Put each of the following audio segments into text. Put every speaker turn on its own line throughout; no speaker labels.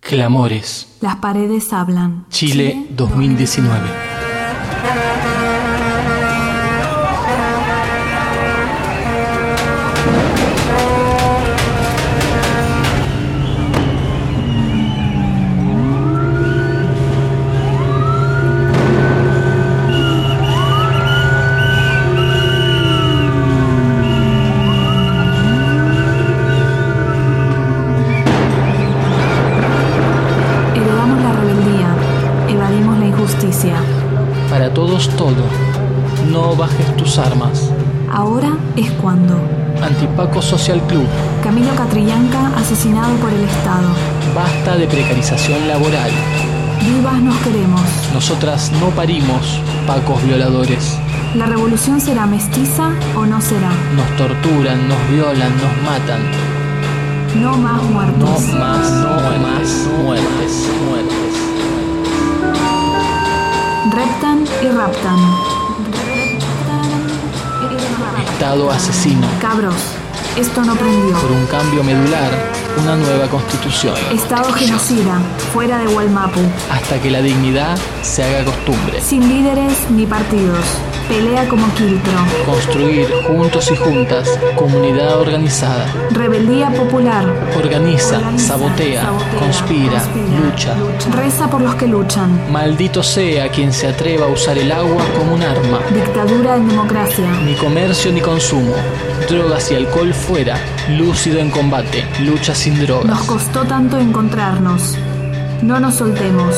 Clamores.
Las paredes hablan.
Chile 2019.
Heredamos la rebeldía. Evadimos la injusticia.
Para todos todo. No bajes tus armas.
Ahora es cuando.
Antipaco Social Club.
Camilo Catrillanca asesinado por el Estado.
Basta de precarización laboral.
Vivas nos queremos.
Nosotras no parimos, pacos violadores.
La revolución será mestiza o no será.
Nos torturan, nos violan, nos matan.
No más
No
muertos.
más, no más muertes, muertes.
Reptan y raptan.
Estado asesino.
Cabros. Esto no prendió.
Por un cambio medular, una nueva constitución.
Estado genocida. Fuera de Walmapu.
Hasta que la dignidad se haga costumbre.
Sin líderes ni partidos. Pelea como quiltro.
Construir juntos y juntas comunidad organizada.
Rebeldía popular.
Organiza,
Organiza,
sabotea,
sabotea,
conspira,
conspira,
lucha.
Reza por los que luchan.
Maldito sea quien se atreva a usar el agua como un arma.
Dictadura en democracia.
Ni comercio ni consumo. Drogas y alcohol fuera. Lúcido en combate. Lucha sin drogas.
Nos costó tanto encontrarnos. No nos soltemos.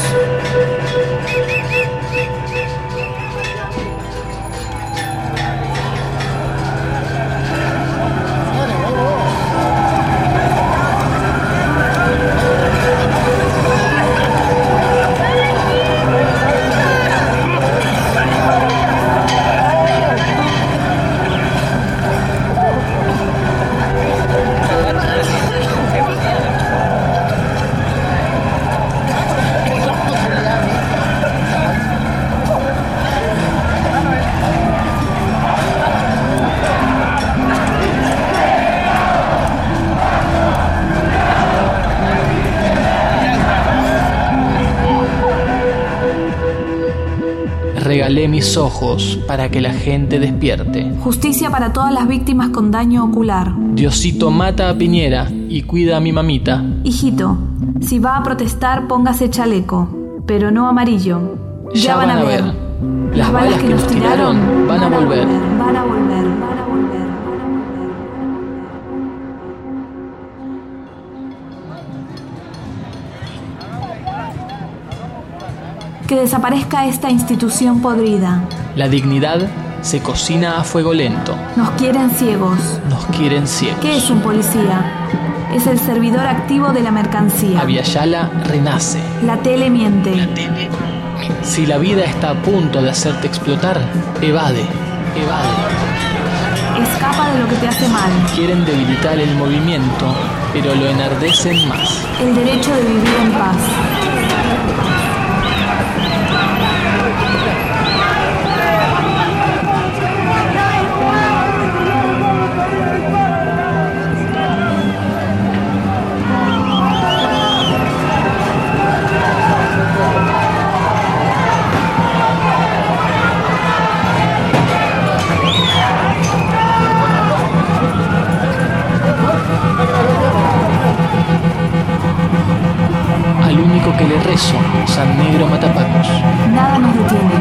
Regalé mis ojos para que la gente despierte.
Justicia para todas las víctimas con daño ocular.
Diosito mata a Piñera y cuida a mi mamita.
Hijito, si va a protestar, póngase chaleco, pero no amarillo. Ya, van, a ver.
Las balas que nos tiraron van a volver.
Van a volver, van a volver, van a volver. Que desaparezca esta institución podrida.
La dignidad se cocina a fuego lento.
Nos quieren ciegos.
Nos quieren ciegos.
¿Qué es un policía? Es el servidor activo de la mercancía.
Aviala renace.
La tele miente.
Si la vida está a punto de hacerte explotar, evade, evade.
Escapa de lo que te hace mal.
Quieren debilitar el movimiento, pero lo enardecen más.
El derecho de vivir en paz.
Al único que le rezo, San Negro Matapacos.
Nada nos detiene.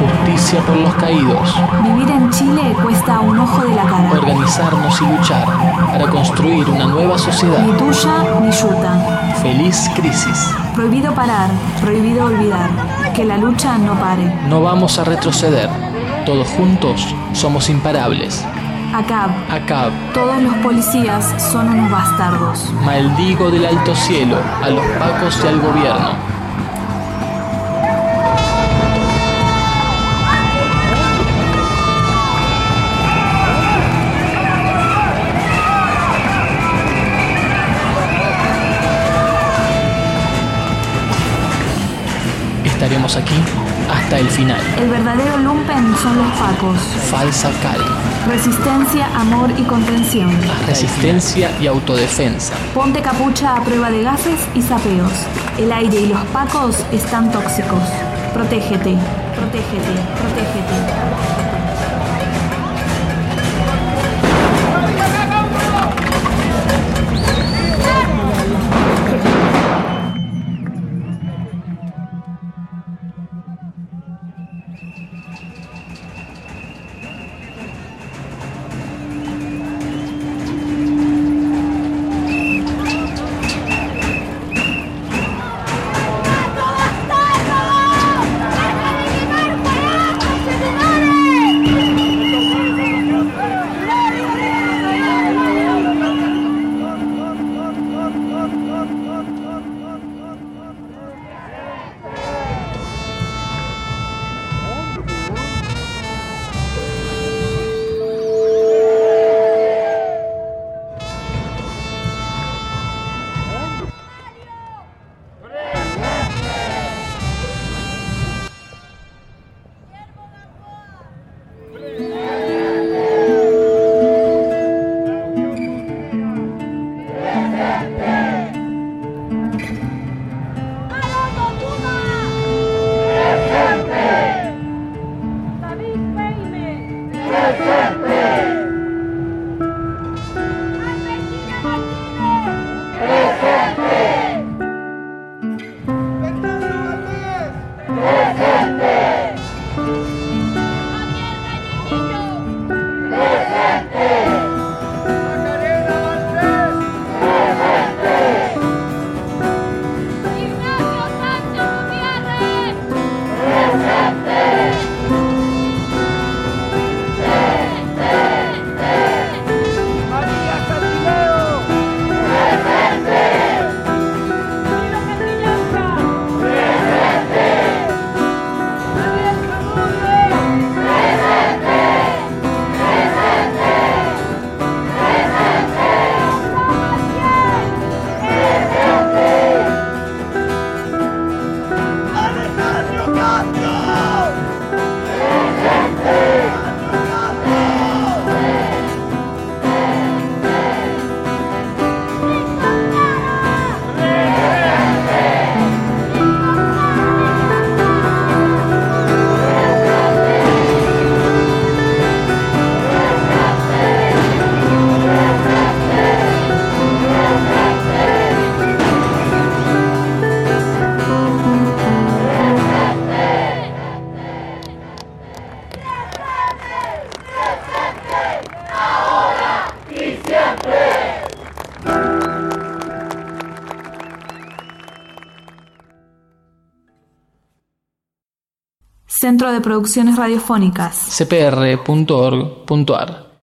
Justicia por los caídos.
Vivir en Chile cuesta un ojo de la cara.
Organizarnos y luchar para construir una nueva sociedad.
Ni tuya ni yuta.
Feliz crisis.
Prohibido parar, prohibido olvidar. Que la lucha no pare.
No vamos a retroceder. Todos juntos somos imparables.
Acab,
Acá
todos los policías son unos bastardos.
maldigo del alto cielo a los pacos y al gobierno. Estaremos aquí hasta el final.
El verdadero lumpen son los pacos.
Falsa calma.
Resistencia, amor y contención.
Resistencia y autodefensa.
Ponte capucha a prueba de gases y sapeos. El aire y los pacos están tóxicos. Protégete, protégete, protégete. Centro de Producciones Radiofónicas.
cpr.org.ar